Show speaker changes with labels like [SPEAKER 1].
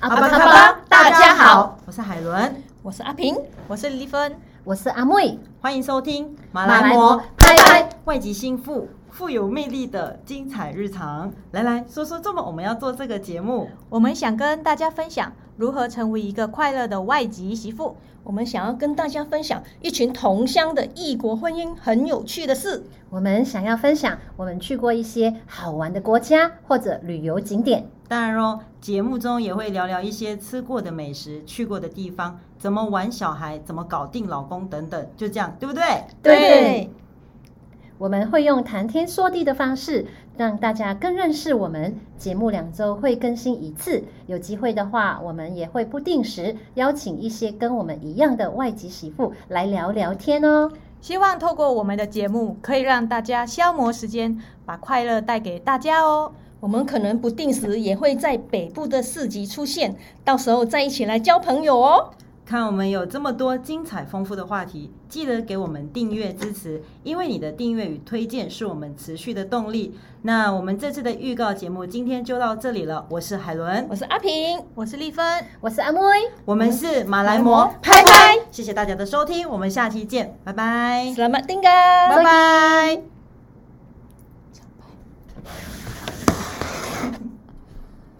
[SPEAKER 1] 阿
[SPEAKER 2] 巴卡巴，大家好，，
[SPEAKER 1] 我是海伦，
[SPEAKER 2] 我是阿平，
[SPEAKER 1] 我是李丽芬，
[SPEAKER 2] 我是阿妹，
[SPEAKER 1] 欢迎收听《马
[SPEAKER 2] 马
[SPEAKER 1] 来
[SPEAKER 2] 来
[SPEAKER 1] 魔
[SPEAKER 2] 魔拍拍
[SPEAKER 1] 外籍心腹富有魅力的精彩日常》。来来说说，这么我们要做这个节目，
[SPEAKER 3] 我们想跟大家分享如何成为一个快乐的外籍媳妇。
[SPEAKER 2] 我们想要跟大家分享一群同乡的异国婚姻很有趣的事。
[SPEAKER 3] 我们想要分享我们去过一些好玩的国家或者旅游景点。
[SPEAKER 1] 当然喽，节目中也会聊聊一些吃过的美食、去过的地方，怎么玩小孩，怎么搞定老公等等，就这样，对不对？
[SPEAKER 3] 对，我们会用谈天说地的方式，让大家更认识我们。节目两周会更新一次，有机会的话，我们也会不定时邀请一些跟我们一样的外籍媳妇来聊聊天哦。
[SPEAKER 4] 希望透过我们的节目，可以让大家消磨时间，把快乐带给大家哦。
[SPEAKER 2] 我们可能不定时也会在北部的市集出现，到时候再一起来交朋友哦。
[SPEAKER 1] 看我们有这么多精彩丰富的话题，记得给我们订阅支持，因为你的订阅与推荐是我们持续的动力。那我们这次的预告节目今天就到这里了，我是海伦
[SPEAKER 2] 我，是阿平，
[SPEAKER 4] 我是丽芬，
[SPEAKER 3] 我是阿妹，
[SPEAKER 1] 我们是马来魔，
[SPEAKER 2] 拍拍，
[SPEAKER 1] 谢谢大家的收听，我们下期见，拜拜，
[SPEAKER 2] Selamat tinggal。
[SPEAKER 1] 拜拜。